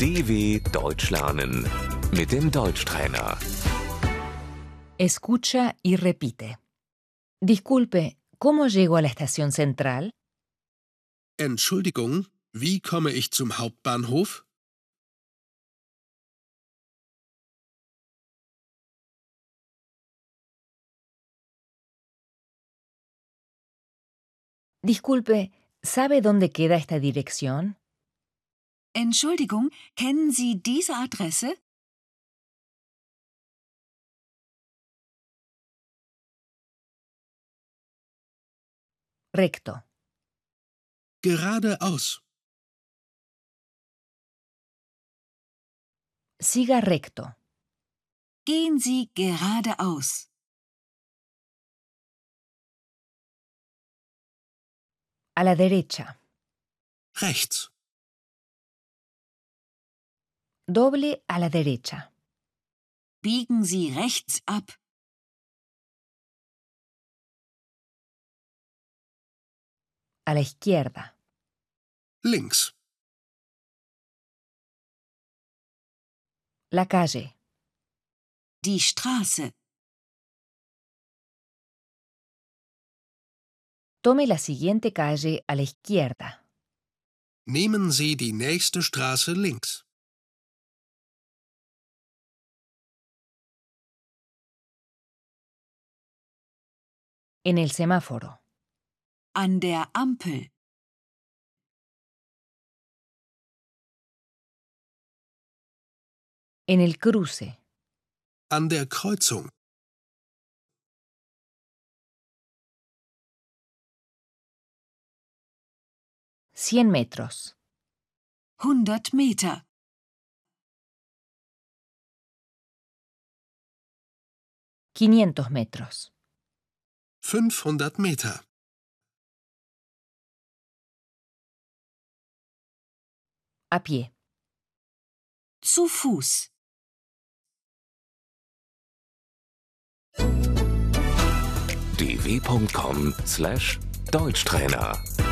DW Deutsch lernen mit dem Deutschtrainer. Escucha y repite. Disculpe, ¿cómo llego a la estación central? Entschuldigung, wie komme ich zum Hauptbahnhof? Disculpe, ¿sabe dónde queda esta dirección? Entschuldigung, kennen Sie diese Adresse? Recto. Geradeaus. Siga recto. Gehen Sie geradeaus. A la derecha. Rechts. Doble a la derecha. Biegen Sie rechts ab. A la izquierda. Links. La calle. Die Straße. Tome la siguiente calle a la izquierda. Nehmen Sie die nächste Straße links. En el semáforo. An der Ampel. En el cruce. An der Kreuzung. Cien metros. 100 Meter. Quinientos metros. 500 Meter. A pie. Zu Fuß. dw.com/deutschtrainer